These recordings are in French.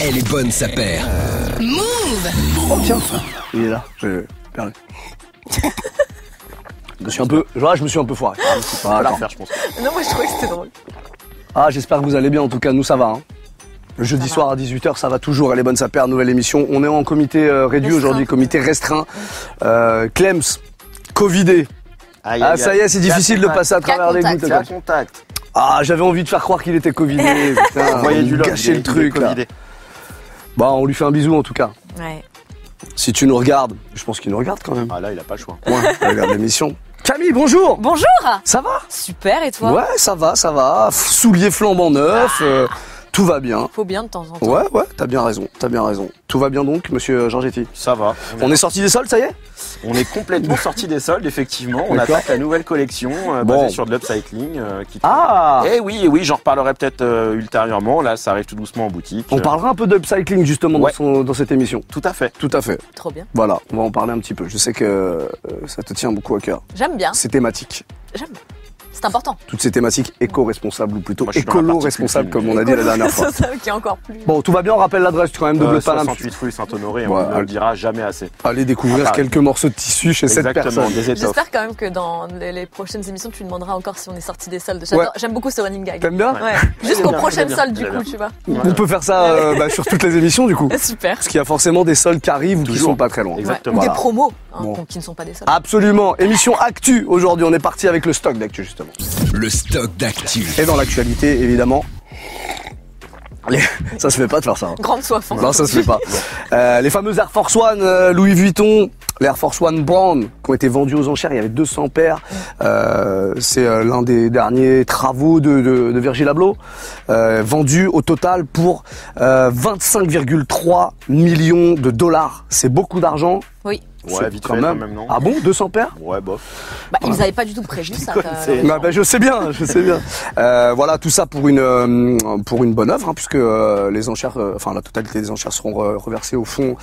Elle est bonne, sa paire. Move Oh tiens, il est là. Je, perdu. je me suis un peu, là, je me suis un peu foiré. Ah, C'est pas la refaire, je pense. Non, moi je trouvais que c'était drôle. Ah, j'espère que vous allez bien. En tout cas, nous, ça va. hein. Le jeudi soir à 18h, ça va toujours. Elle est bonne, sa paire. Nouvelle émission. On est en comité euh, réduit Restreint. aujourd'hui, comité restreint. Euh, Clems, Covidé. Aïe, Ah, aïe, ça aïe. y est, c'est difficile de Quatre passer à Quatre travers les contacts. gouttes. contacts. Quatre contacts. Ah, j'avais envie de faire croire qu'il était Covidé. Putain, Voyez du love. gâcher le il est- il est truc. Là. covidé. Bah, on lui fait un bisou en tout cas. Ouais. Si tu nous regardes, je pense qu'il nous regarde quand même. Ah là, il a pas le choix. Ouais, il regarde l'émission. Camille, bonjour. Bonjour Ça va Super, et toi Ouais, ça va, ça va. F- Souliers flambant Ah. neufs, euh, tout va bien. Faut bien de temps en temps. Ouais, ouais, t'as bien raison, t'as bien raison. Tout va bien donc, monsieur Georgetti. Ça va. On est sorti des sols, ça y est On est complètement sorti des soldes, effectivement. On attaque la nouvelle collection euh, Bon. basée sur de l'upcycling. euh, qui... Ah Eh oui, eh oui, j'en reparlerai peut-être euh, ultérieurement. Là, ça arrive tout doucement en boutique. On Euh, parlera un peu d'upcycling justement Ouais. dans, son- dans cette émission. Tout à fait. Tout à fait. Trop bien. Voilà, on va en parler un petit peu. Je sais que euh, ça te tient beaucoup à cœur. J'aime Hein bien, Ces thématiques, j'aime bien. C'est important. toutes ces thématiques éco-responsables ou plutôt Moi, je suis dans la partie écolo-responsables plus comme on a dit la dernière fois. C'est ça qui est encore plus... Bon, tout va bien, on rappelle l'adresse quand même de Euh, Bleu Paname. 68 rue Saint-Honoré, Ouais, on ne allez. le dira jamais assez. Allez découvrir Ah, bah. quelques morceaux de tissu chez cette Exactement, personne. des étoffes. J'espère quand même que dans les, les prochaines émissions, tu demanderas encore si on est sorti des soldes. J'adore- Ouais. J'aime beaucoup ce running gag. T'aimes bien Ouais. J'aime Jusqu'aux bien, j'aime prochaines bien, soldes, du j'aime coup, bien. tu vois. On peut faire ça euh, bah, sur toutes les émissions du coup. Super. Parce qu'il y a forcément des soldes qui arrivent ou qui Toujours. sont pas très loin. Exact. Ouais. Exactement. Ou des Voilà. promos hein, Bon. Ah. qui ne sont pas des soldes. Absolument. Émission Actu aujourd'hui. On est parti avec le stock d'actu justement. Le stock d'actu. Et dans l'actualité, évidemment. les- Ça se fait pas de faire ça. hein. Grande soif. hein. Non, ça se fait pas. Euh, les fameux Air Force One, euh, Louis Vuitton, les Air Force One Brown, qui ont été vendus aux enchères, il y avait 200 paires. Euh, c'est euh, l'un des derniers travaux de, de, de Virgil Abloh, euh, vendu au total pour euh, 25,3 millions de dollars. C'est beaucoup d'argent. Oui. Ouais, C'est vite fait quand même, non Ah bon, 200 paires Ouais, bof. Bah, ils n'avaient pas du tout prévu ça. euh, déconne, t'as- c'est- Bah, bah, je sais bien, je sais bien. Euh, voilà, tout ça pour une euh, pour une bonne œuvre, hein, puisque euh, les enchères, euh, enfin la totalité des enchères seront re- reversées au fonds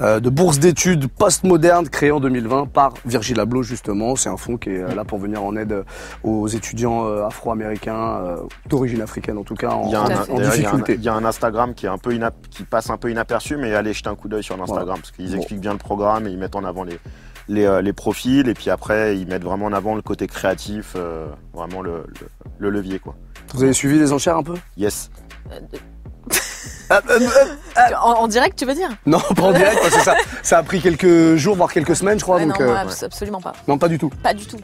euh, de bourse d'études postmoderne créé en 2020 par Virgil Abloh justement. C'est un fonds qui est euh, là pour venir en aide aux étudiants euh, afro-américains euh, d'origine africaine en tout cas en, Il y, a en- un, à fait. en d'ailleurs, il y a un- difficulté. il y a un Instagram qui, est un peu inap- qui passe un peu inaperçu, mais allez jeter un coup d'œil sur l'Instagram Voilà. parce qu'ils Bon. expliquent bien le programme et ils mettent en avant les, les, euh, les profils et puis après ils mettent vraiment en avant le côté créatif, euh, vraiment le, le- le levier quoi. Vous avez suivi les enchères un peu Yes. Ah, euh, euh, euh, En, en direct, tu veux dire Non, pas en direct parce que ça, ça a pris quelques jours voire quelques semaines, je crois. Ouais, donc Non, euh, moi, abs- absolument pas. non, pas du tout. Pas du tout.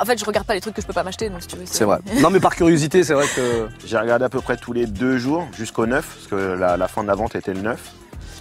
En fait, je regarde pas les trucs que je peux pas m'acheter, donc si tu veux. C'est vrai. Non, mais par curiosité, c'est vrai que. J'ai regardé à peu près tous les deux jours jusqu'au 9, parce que la, la fin de la vente était le 9.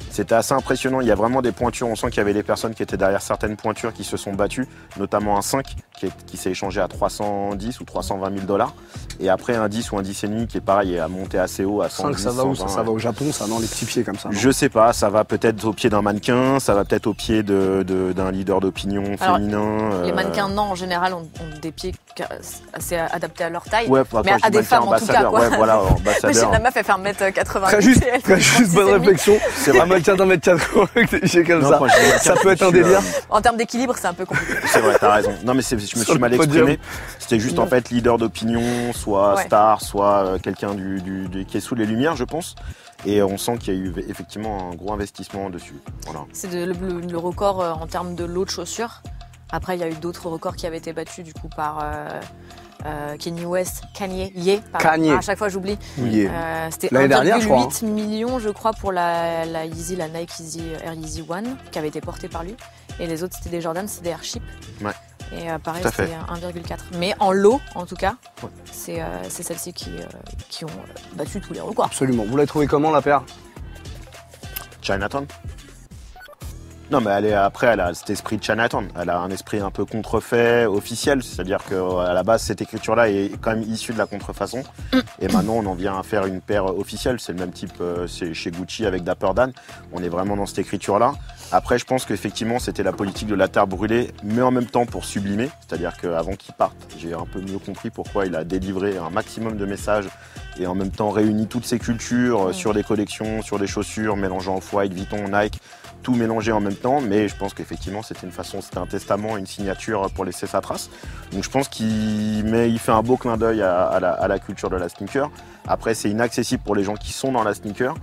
C'était assez impressionnant, il y a vraiment des pointures, on sent qu'il y avait des personnes qui étaient derrière certaines pointures qui se sont battues, notamment un 5 qui, est- qui s'est échangé à 310 ou 320 000 dollars, et après un 10 ou un 10 et demi qui est pareil, est à monter assez haut à 110, 5, ça va où ça, 120, ça va au Japon, ça, non Les petits pieds comme ça. non Je sais pas, ça va peut-être au pied d'un mannequin, ça va peut-être au pied de- de- d'un leader d'opinion Alors, féminin. Les euh, mannequins, non, en général, ont, ont des pieds ca- assez adaptés à leur taille. Ouais, bah, mais quand à je dis des mannequin, femmes, en tout cas, ambassadeur, quoi. Ouais, voilà, Mais j'ai ambassadeur. la meuf, elle fait 1m80. hein. Très juste, très juste, bonne réflexion. C'est Un vrai. mannequin d'un mètre quatre avec des pieds comme Non, ça. quand je dis mannequin, Ça peut être un je suis, euh, délire. En termes d'équilibre, c'est un peu compliqué. C'est vrai, t'as raison. Non, mais c'est- je me Sur suis le mal podium. exprimé. C'était juste en fait leader d'opinion, soit Ouais. star, soit euh, quelqu'un du, du- du- qui est sous les lumières, je pense. Et on sent qu'il y a eu effectivement un gros investissement dessus. Voilà. C'est de- le, le- le record euh, en termes de lot de chaussures. Après, il y a eu d'autres records qui avaient été battus du coup par euh, euh, Kanye West, Kanye, Ye, pardon. Kanye. Ah, à chaque fois j'oublie. Yeah. Euh, C'était L'année dernière, je crois, hein. 1,8 millions, je crois, pour la, la Yeezy, la Nike Yeezy Air Yeezy One, qui avait été portée par lui. Et les autres, c'était des Jordan, c'était des Air Chip. Ouais. Et euh, pareil, Tout à fait. c'était 1,4. Mais en lot, en tout cas, Ouais. c'est euh, c'est celles-ci qui, euh, qui ont euh, battu tous les records. Absolument. Vous l'avez trouvé comment la paire Chinatown Non, mais elle est, après, elle a cet esprit de Chinatown. Elle a un esprit un peu contrefait, officiel. C'est-à-dire qu'à la base, cette écriture-là est quand même issue de la contrefaçon. Et maintenant, on en vient à faire une paire officielle. C'est le même type euh, c'est chez Gucci avec Dapper Dan. On est vraiment dans cette écriture-là. Après, je pense qu'effectivement, c'était la politique de la terre brûlée, mais en même temps pour sublimer. C'est-à-dire qu'avant qu'il parte, j'ai un peu mieux compris pourquoi il a délivré un maximum de messages et en même temps réuni toutes ces cultures euh, Mm. sur des collections, sur des chaussures, mélangeant Off-White, Vuitton, Nike, tout mélangé en même temps. Mais je pense qu'effectivement, c'était une façon, c'était un testament, une signature pour laisser sa trace. Donc je pense qu'il met, il fait un beau clin d'œil à, à la, à la culture de la sneaker. Après, c'est inaccessible pour les gens qui sont dans la sneaker.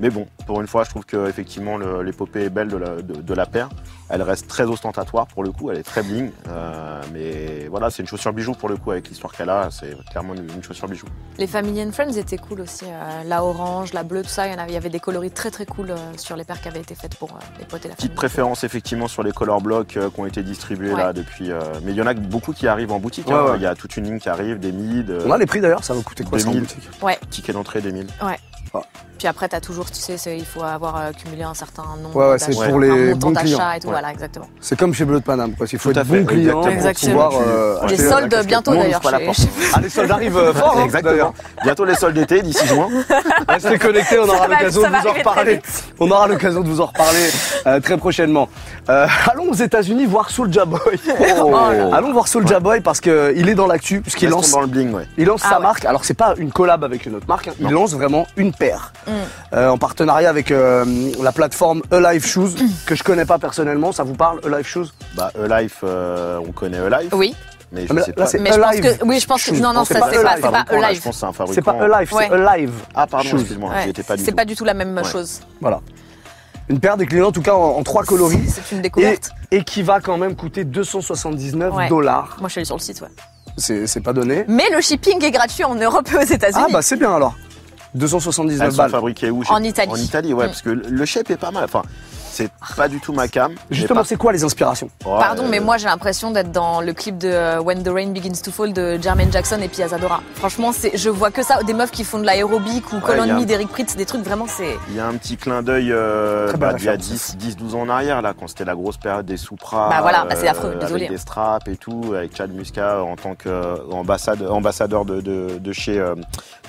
Mais bon, pour une fois, je trouve que effectivement le- l'épopée est belle de la, de- de la paire. Elle reste très ostentatoire pour le coup, elle est très bling. euh, mais voilà, c'est une chaussure bijou pour le coup avec l'histoire qu'elle a. C'est clairement une, une chaussure bijou. Les Family and Friends étaient cool aussi. euh, la orange, la bleue, tout ça. Il y, en avait, il y avait des coloris très très cool euh, sur les paires qui avaient été faites pour euh, les potes et la Petite famille. préférence effectivement sur les color blocks euh, qui ont été distribués Ouais. là depuis. euh, mais il y en a beaucoup qui arrivent en boutique. Ouais, hein. ouais. Il y a toute une ligne qui arrive, des mids, euh, On a les prix d'ailleurs, ça va coûter quoi ça en 2000. boutique tickets d'entrée, des mids. Puis après, tu as toujours, tu sais, c'est- il faut avoir euh, cumulé un certain nombre Ouais, ouais, d'achats, c'est pour les un montant bons clients. d'achat et tout. Ouais. Voilà, exactement. C'est comme chez Bleu de Paname, quoi. Il faut Tout être à fait, bon client pour exactement. pouvoir. euh, Ouais. Les acheter la soldes casquette. bientôt Nous, on d'ailleurs. ouvre pas la chez- porte. Ah, les soldes arrivent euh, fort, hein, d'ailleurs. Exactement. Bientôt les soldes d'été, d'ici juin. Restez connectés, on aura va- l'occasion ça de va vous en arriver très reparler. On aura l'occasion de vous en reparler euh, très prochainement. Euh, allons aux États-Unis voir Soulja Boy. Oh Allons voir Soulja Boy parce que euh, il est dans l'actu puisqu'il Restons lance, dans le bling, ouais. il lance Ah sa ouais. marque. Alors c'est pas une collab avec une autre marque, hein. il Non. lance vraiment une paire Mm. Euh, en partenariat avec euh, la plateforme Alive Shoes que je connais pas personnellement. Ça vous parle Alive Shoes Bah, E-Life, euh, on connaît E-Life. Oui, Mais Ah, je mais sais là, pas. c'est mais je pense Alive que. Oui, je pense que. Shoes. Non, non, Non, ça, c'est pas hein, c'est pas, Alive, c'est pas Fabricant, là, je live. pense que c'est un fabricant. C'est pas Alive, c'est Ouais. Alive. Ah, pardon, Shoes. excuse-moi, j'y étais pas du C'est tout. pas du tout la même Ouais. chose. Voilà. Une paire déclinée en tout cas en, en trois coloris C'est une découverte. et qui va quand même coûter 279 Ouais. dollars. Moi, je suis allée sur le site, ouais. C'est c'est pas donné. Mais le shipping est gratuit en Europe et aux États-Unis. Ah bah c'est bien alors. Elles 279 sont balles. fabriquées où En j'ai- Italie. En Italie, ouais, Mm. parce que le le shape est pas mal. Enfin, c'est pas du tout ma cam. Oh, Justement, c'est quoi les inspirations Pardon, mais moi j'ai l'impression d'être dans le clip de euh, When the Rain Begins to Fall de Jermaine Jackson et Pia Zadora. Franchement, c'est, je vois que ça, des meufs qui font de l'aérobic ou Call Ouais, on y a Me un- d'Eric Pritz, des trucs vraiment, c'est. Il y a un petit clin d'œil euh, Très belle bah, d'il y a référence. 10, 10, 12 ans en arrière, là, quand c'était la grosse période des Supra. euh, Bah voilà, bah, c'est affreux, désolé. Avec des straps et tout, avec Chad Muska en tant qu'ambassadeur ambassadeur de, de, de chez, euh,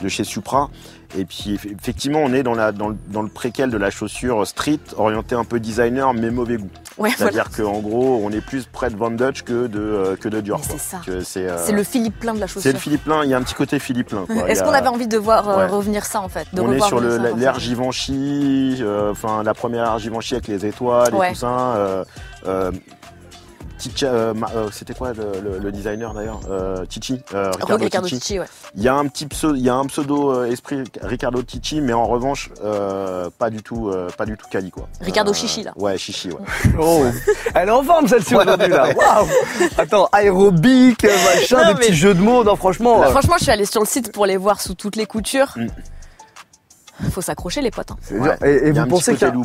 de chez Supra. Et puis, eff- effectivement, on est dans, la, dans, le, dans le préquel de la chaussure street, orientée un peu designer, mais mauvais goût. Ouais, voilà. C'est-à-dire qu'en gros, on est plus près de Van Dutch que de, euh, que de Dior. Mais quoi. c'est ça. Que C'est euh, C'est le Philippe plein de la c'est chaussure. Mmh. le Philippe Lin, il y a un petit côté Philippe Lin. quoi. Il y Est-ce a- qu'on avait envie de voir euh, Ouais. revenir ça en fait de on est revoir sur le- revenir ça, la- en fait. l'ère Givenchy, euh, enfin la première ère Givenchy avec les étoiles Ouais. et tout ça. euh, euh, Ticha- euh, ma- euh, c'était quoi le, le- le designer d'ailleurs Euh, Tici, euh, Riccardo, Ricardo Tici. Cicci, ouais. Il y a un petit pseudo, il y a un pseudo euh, esprit Ricardo Tici, mais en revanche euh, pas du tout, euh, pas du tout Cali quoi. Euh, Ricardo Chichi, là. Ouais, Chichi. Ouais. Oh. Elle est en forme celle-ci aujourd'hui là. Waouh. Attends, aérobic, euh, machin, Non, des mais- petits jeux de mots, non franchement. Bah, euh, Franchement, je suis allée sur le site pour les voir sous toutes les coutures. Mm. Faut s'accrocher les potes. hein. Mm. c'est dur. Et, et vous pensez qu'il y a vous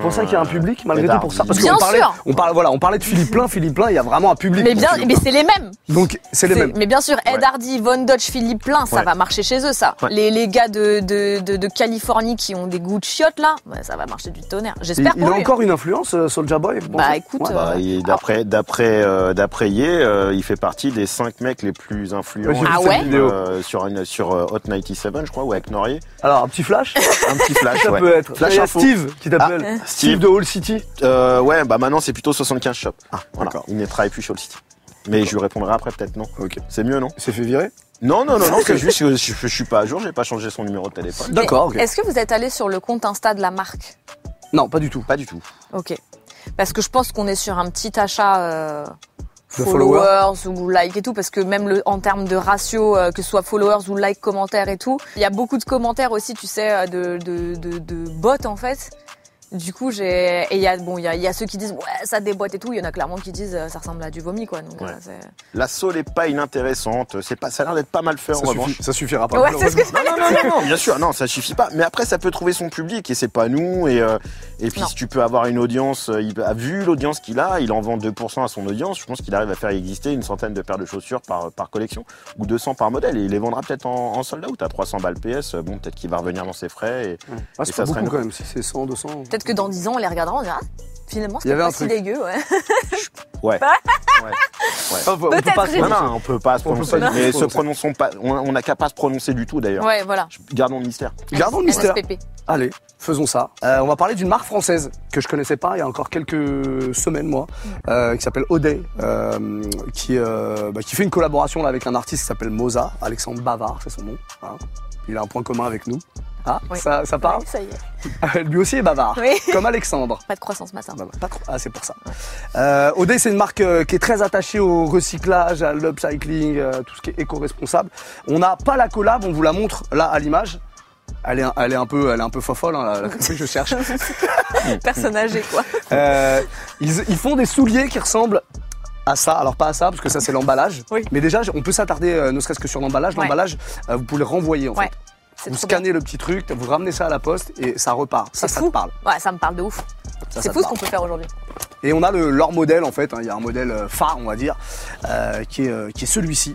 pensez qu'il y a euh, un public malgré tout pour ça Parce Bien qu'on parlait, sûr. on parlait, voilà, on parlait de Philippe Plein, Philippe Plein, il y a vraiment un public. Mais pour bien, Philippe mais c'est les mêmes. Plein. Donc c'est les C'est- mêmes. Mais bien sûr, Ed Ouais. Hardy, Von Dutch, Philippe Plein, ça Ouais. va marcher chez eux, ça. Ouais. Les, les gars de, de, de, de Californie qui ont des goûts de chiottes, là, bah, ça va marcher du tonnerre. Il, J'espère il pour a lui. encore une influence euh, Soulja Boy. vous Bah pensez écoute, Ouais. euh, Bah, et d'après d'après euh, d'après Ye, euh, il fait partie des cinq mecs les plus influents Ouais, j'ai vu Ah cette ouais vidéo. euh, sur une sur euh, Hot 97 je crois ou avec Norier. Alors un petit flash. Un petit flash Ça ouais. peut être. Flash Il y a info. Steve qui t'appelle. Ah, Steve Steve de Hall City. euh, ouais bah maintenant c'est plutôt 75 shop. Ah voilà, D'accord. il ne travaille plus sur le site. Mais je lui répondrai après peut-être non. Ok. C'est mieux non Il s'est fait virer. Non non non non, c'est juste que je, je suis pas à jour, j'ai pas changé son numéro de téléphone. Mais D'accord. ok. Est-ce que vous êtes allé sur le compte Insta de la marque Non, pas du tout. Pas du tout. Ok. Parce que je pense qu'on est sur un petit achat euh, De followers. followers ou like et tout, parce que même le, en termes de ratio, euh, que ce soit followers ou like, commentaires et tout, il y a beaucoup de commentaires aussi, tu sais, euh, de, de, de, de bots en fait. Du coup, j'ai. Et il y, a- bon, il y, a, il y a ceux qui disent, ouais, ça déboîte et tout. Il y en a clairement qui disent, euh, ça ressemble à du vomi, quoi. Donc, Ouais. euh, c'est- La sole est pas inintéressante, c'est pas ça a l'air d'être pas mal fait en Ça, revanche. suffi- ça suffira pas. Ouais, c'est ce que Non, non, non, non, non, bien sûr, non, ça suffit pas. Mais après, ça peut trouver son public et c'est pas nous. Et, euh, et puis, Non. si tu peux avoir une audience, euh, il- vu l'audience qu'il a, il en vend 2% à son audience. Je pense qu'il arrive à faire exister une centaine de paires de chaussures par, par collection ou 200 par modèle. Et il les vendra peut-être en, en sold out à 300 balles PS. Bon, peut-être qu'il va revenir dans ses frais. Et... Ah, c'est Et pas ça serait beaucoup une- quand même. Si c'est 100, 200. Peut-être que dans 10 ans, on les regardera, on dira, ah, finalement, Il y c'était avait un pas si truc. dégueu, ouais. Ouais. Ah, bah, on peut Peut-être, pas- j'ai- Non, non, on peut pas se On peut prononcer. pas se mais se prononcer. prononçons pas, on on n'a qu'à pas se prononcer du tout d'ailleurs. Ouais, voilà. Je- Gardons le mystère. Gardons le mystère. SPP. Allez, faisons ça. Euh, on va parler d'une marque française que je connaissais pas il y a encore quelques semaines, moi, euh, qui s'appelle Oday, euh, qui, euh, bah, qui fait une collaboration là, avec un artiste qui s'appelle Moza, Alexandre Bavard, c'est son nom. hein. Il a un point commun avec nous. Ah, Oui. ça, ça parle Ouais, ça y est. Lui aussi est bavard, Oui. comme Alexandre. Pas de croissance ce matin. Ah, bah, bah, pas trop. Ah, c'est pour ça. Euh, Oday, c'est une marque euh, qui est très attachée au recyclage, à l'upcycling, euh, tout ce qui est éco-responsable. On n'a pas la collab, on vous la montre là à l'image. Elle est, un- elle est un peu, elle est un peu fofolle, hein, la, la que je cherche. Personne âgée, quoi. Euh, ils, ils font des souliers qui ressemblent à ça. Alors pas à ça, parce que ça c'est l'emballage. Oui. Mais déjà, on peut s'attarder, euh, ne serait-ce que sur l'emballage. Ouais. L'emballage, euh, vous pouvez le renvoyer en Ouais, fait. C'est Vous trop bien. scannez le petit truc, vous ramenez ça à la poste et ça repart. Ça, C'est ça fou. te parle. Ouais, ça me parle de ouf. Ça, ça C'est te fou ce parle. qu'on peut faire aujourd'hui. Et on a le, leur modèle en fait, hein. il y a un modèle euh, phare on va dire, euh, qui est, euh, qui est celui-ci.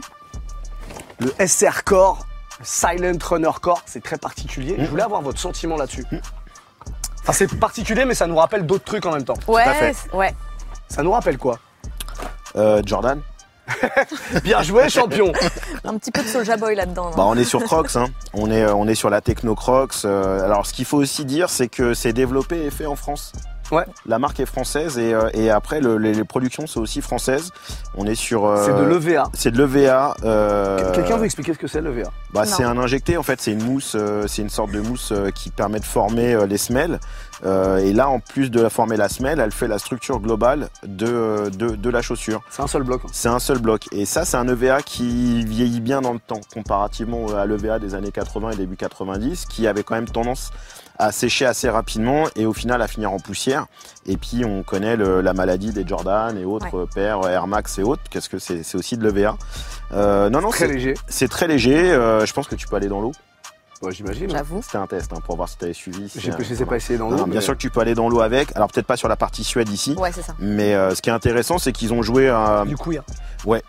Le SR Core, Silent Runner Core, c'est très particulier. Je voulais avoir votre sentiment là-dessus. Enfin c'est particulier mais ça nous rappelle d'autres trucs en même temps. à Ouais, fait. c'est- ouais. Ça nous rappelle quoi Euh, Jordan Bien joué champion Un petit peu de Soulja Boy là-dedans. non Bah, on est sur Crocs, hein. on, est, euh, on est sur la techno Crocs. euh, alors, ce qu'il faut aussi dire, c'est que c'est développé et fait en France. Ouais. La marque est française et, euh, et après, le- les, les productions sont aussi françaises. On est sur. euh, C'est de l'EVA. C'est de l'EVA. euh, Quelqu'un veut expliquer ce que c'est l'EVA bah, Non. C'est un injecté, en fait, c'est une mousse, euh, c'est une sorte de mousse euh, qui permet de former euh, les semelles. Euh, et là, en plus de former la semelle, elle fait la structure globale de, euh, de, de la chaussure. C'est un seul bloc. hein. C'est un seul bloc. Et ça, c'est un EVA qui vieillit bien dans le temps, comparativement à l'EVA des années 80 et début 90, qui avait quand même tendance à sécher assez rapidement et au final à finir en poussière. Et puis, on connaît le- la maladie des Jordan et autres euh, paires Air Max et autres, parce que c'est c'est aussi de l'EVA. Euh, non, non, Très c'est léger. c'est très léger. euh, je pense que tu peux aller dans l'eau. Ouais, J'imagine. hein. J'avoue. C'était un test hein, pour voir si tu avais suivi. si- J'ai je sais pas Euh, essayer dans Non, l'eau. bien mais- sûr que tu peux aller dans l'eau avec. Alors, peut-être pas sur la partie Suède ici. Ouais, c'est ça. Mais euh, ce qui est intéressant, c'est qu'ils ont joué à, Du coup, il y a-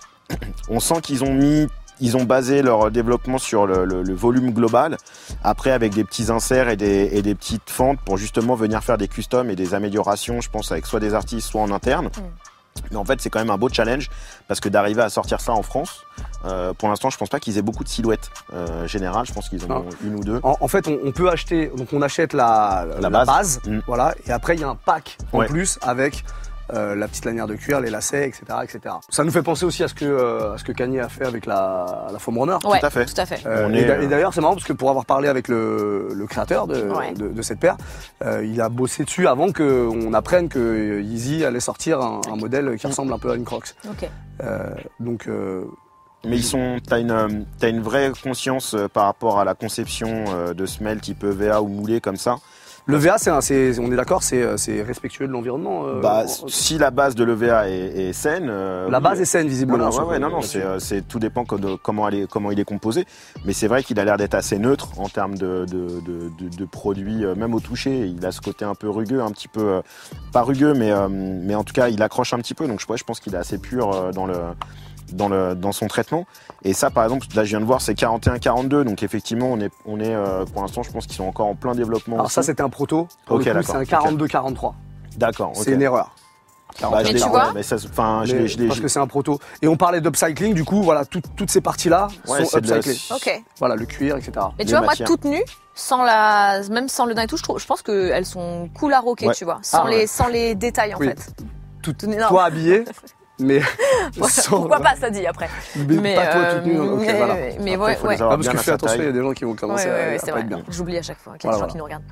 on sent qu'ils ont mis, ils ont basé leur développement sur le, le- le volume global. Après, avec des petits inserts et des, et des petites fentes pour justement venir faire des customs et des améliorations, je pense, avec soit des artistes, soit en interne. Mais en fait, c'est quand même un beau challenge parce que d'arriver à sortir ça en France, euh, pour l'instant, je pense pas qu'ils aient beaucoup de silhouettes euh, générales. Je pense qu'ils en ont une ou deux. En, en fait, on, on peut acheter, donc on achète la, la- La la base. base, Mm. voilà, et après il y a un pack en Ouais. plus avec euh, la petite lanière de cuir, les lacets, etc., etc. Ça nous fait penser aussi à ce que euh, à ce que Kanye a fait avec la, la foam runner. Ouais, Tout à fait. Tout à fait. Euh, On et est, d'a- euh, et d'ailleurs, c'est marrant parce que pour avoir parlé avec le, le créateur de, Ouais. de- de cette paire, euh, il a bossé dessus avant qu'on apprenne que Yeezy allait sortir un, un modèle Mm. qui ressemble un peu à une Crocs. Ok. Euh, donc, euh, Mais ils sont, t'as une, euh, t'as une vraie conscience euh, par rapport à la conception euh, de semelles type EVA ou moulée comme ça. le VA, c'est, un- c'est- on est d'accord, c'est, euh, c'est respectueux de l'environnement. euh, Bah, en- si la base de l'EVA est, est saine. euh, la oui, base est saine visiblement. Voilà, ouais, sur- ouais, non, non, c'est, euh, c'est- tout dépend co- de comment, elle est- comment il est composé. Mais c'est vrai qu'il a l'air d'être assez neutre en termes de, de, de- de- de produits, euh, même au toucher. Il a ce côté un peu rugueux, un petit peu. euh, pas rugueux, mais, euh, mais en tout cas, il accroche un petit peu. Donc je, ouais, je pense qu'il est assez pur euh, dans le. Dans, le, dans son traitement. Et ça, par exemple, là, je viens de voir, c'est 41-42. Donc, effectivement, on est, on est euh, pour l'instant, je pense qu'ils sont encore en plein développement. Alors ça aussi. c'était un proto. Pour Ok, le coup, d'accord, ok. c'est un 42-43. D'accord. ok. C'est une erreur. Bah, Mais je l'ai- tu ouais, vois mais ça, enfin, je Mais- l'ai- je l'ai- parce que c'est un proto. Et on parlait d'upcycling, du coup, voilà, tout- toutes ces parties-là sont Ouais, c'est de la- upcyclées. Ok. Voilà, le cuir, etc. Mais tu Les vois, matières. moi, toute nue, sans la, même sans le nain et tout, je, trouve, je pense qu'elles sont cool à rocker, Ouais. tu vois. Sans, Ah, les, ouais. sans les détails, en Oui. fait. Tout, nue, non. toi habillé, mais sans- Pourquoi pas, ça dit après. mais pas toi euh, toute nue. non. Ok, mais, voilà. mais Après, ouais, faut ouais. les Ah, avoir parce bien que à fais sa attention, il y a taille. des gens qui vont Ouais, commencer ouais, à- ouais, à, c'est pas vrai. être bien. J'oublie à chaque fois qu'il y a Voilà, voilà. des gens qui nous regardent.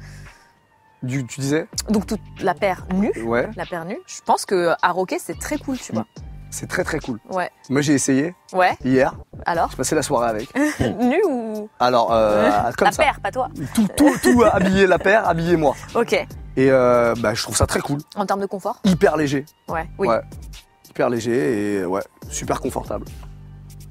Du- tu disais Donc, toute la paire nue, Ouais, la paire nue, je pense que à rocker, c'est très cool, tu vois. c'est très très cool. Ouais. Moi j'ai essayé Ouais, hier, alors je passais la soirée avec. Nu ou. Alors, euh, Mm. comme la ça, paire, pas toi. tout, tout, tout habillé la paire, habillé moi. Ok. Et euh, bah, je trouve ça très cool, En termes de confort hyper léger, Ouais, oui. Ouais. hyper léger et ouais, super confortable.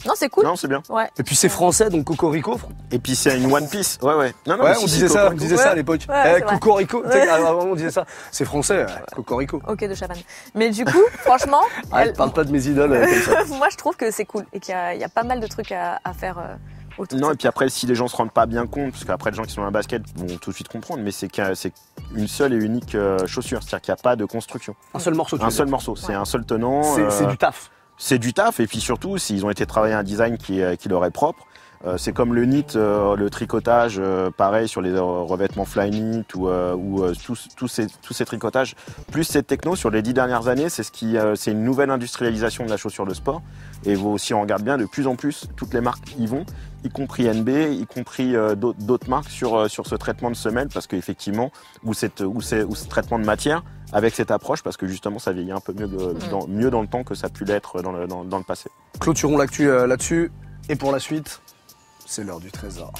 Non, c'est cool. Non, c'est bien. Ouais. Et puis c'est français, donc Cocorico. fr- Et puis c'est une One Piece. Ouais, ouais. Non, non, Ouais, mais si, on si, disait ça, on Cocorico. disait ça à l'époque. Ouais, c'est eh, vrai. Cocorico. Tu sais, avant, on disait ça. C'est français, ouais, Cocorico. Ok, de Chavannes. Mais du coup, franchement, Arrête, elle- parle pas de mes idoles euh, comme ça. moi je trouve que c'est cool et qu'il y, a il y a pas mal de trucs à, à faire euh, autour Non, de et puis après, si les gens se rendent pas bien compte, parce qu'après, les gens qui sont dans la basket vont tout de suite comprendre, mais c'est qu'un- c'est une seule et unique euh, chaussure. C'est-à-dire qu'il n'y a pas de construction. Un seul morceau. tu Un veux seul morceau. C'est Ouais. un seul dire. tenant. euh, C'est c'est du taf. c'est du taf. Et puis surtout, s'ils ont été travailler un design qui, est- qui leur est propre. euh, c'est comme le knit, euh, le tricotage, euh, pareil sur les euh, revêtements fly knit ou, euh, ou, euh, tous, tous ces, tous ces tricotages. Plus cette techno, sur les dix dernières années, c'est ce qui, euh, c'est une nouvelle industrialisation de la chaussure de sport. Et vous, si on regarde bien, de plus en plus, toutes les marques y vont, y compris NB, y compris euh, d'autres d'autres marques sur, euh, sur ce traitement de semelle, parce qu'effectivement, ou, cette, ou, ces- ou ce traitement de matière, avec cette approche, parce que justement, ça vieillit un peu mieux, de- Mm. dans, mieux dans le temps que ça a pu l'être dans le, dans, dans le passé. Clôturons l'actu euh, là-dessus. Et pour la suite, c'est l'heure du trésor.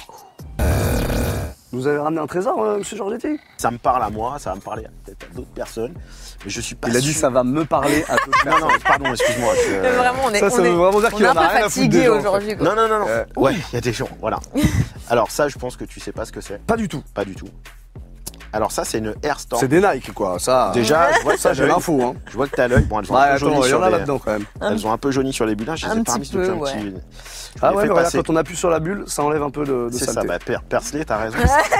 Euh, Vous avez ramené un trésor, euh, monsieur Giorgetti Ça me parle à moi, ça va me parler à- peut-être à d'autres personnes. Mais je suis pas Il a dit sûr- ça va me parler à d'autres Non, non, pardon, excuse-moi. je- Mais Vraiment, on est, Ça, ça on veut est- vraiment dire on qu'il est en un a rien à peu foutre des fatigué gens, en fait. aujourd'hui. quoi. Non, non, non, non. Euh, ouais, il y a des gens, voilà. Alors ça, je pense que tu sais pas ce que c'est. Pas du tout. Pas du tout. Alors ça, c'est une Airstore. C'est des Nike, quoi. Ça, Déjà, Ah. je vois que ça t'as j'ai l'œil. l'info. Hein. Je vois que t'as l'œil. Bon, elles ont Ouais, un peu jauni attends, il y sur en a les- là-dedans quand même. Elles ont un peu jauni sur les bulles. Je les Un ai petit pas remis peu, depuis un ouais. petit. je les Ah ai ouais, fait mais regarde, passer. quand on appuie sur la bulle, ça enlève un peu de, de C'est ça, saleté. bah, per- Persley, t'as raison.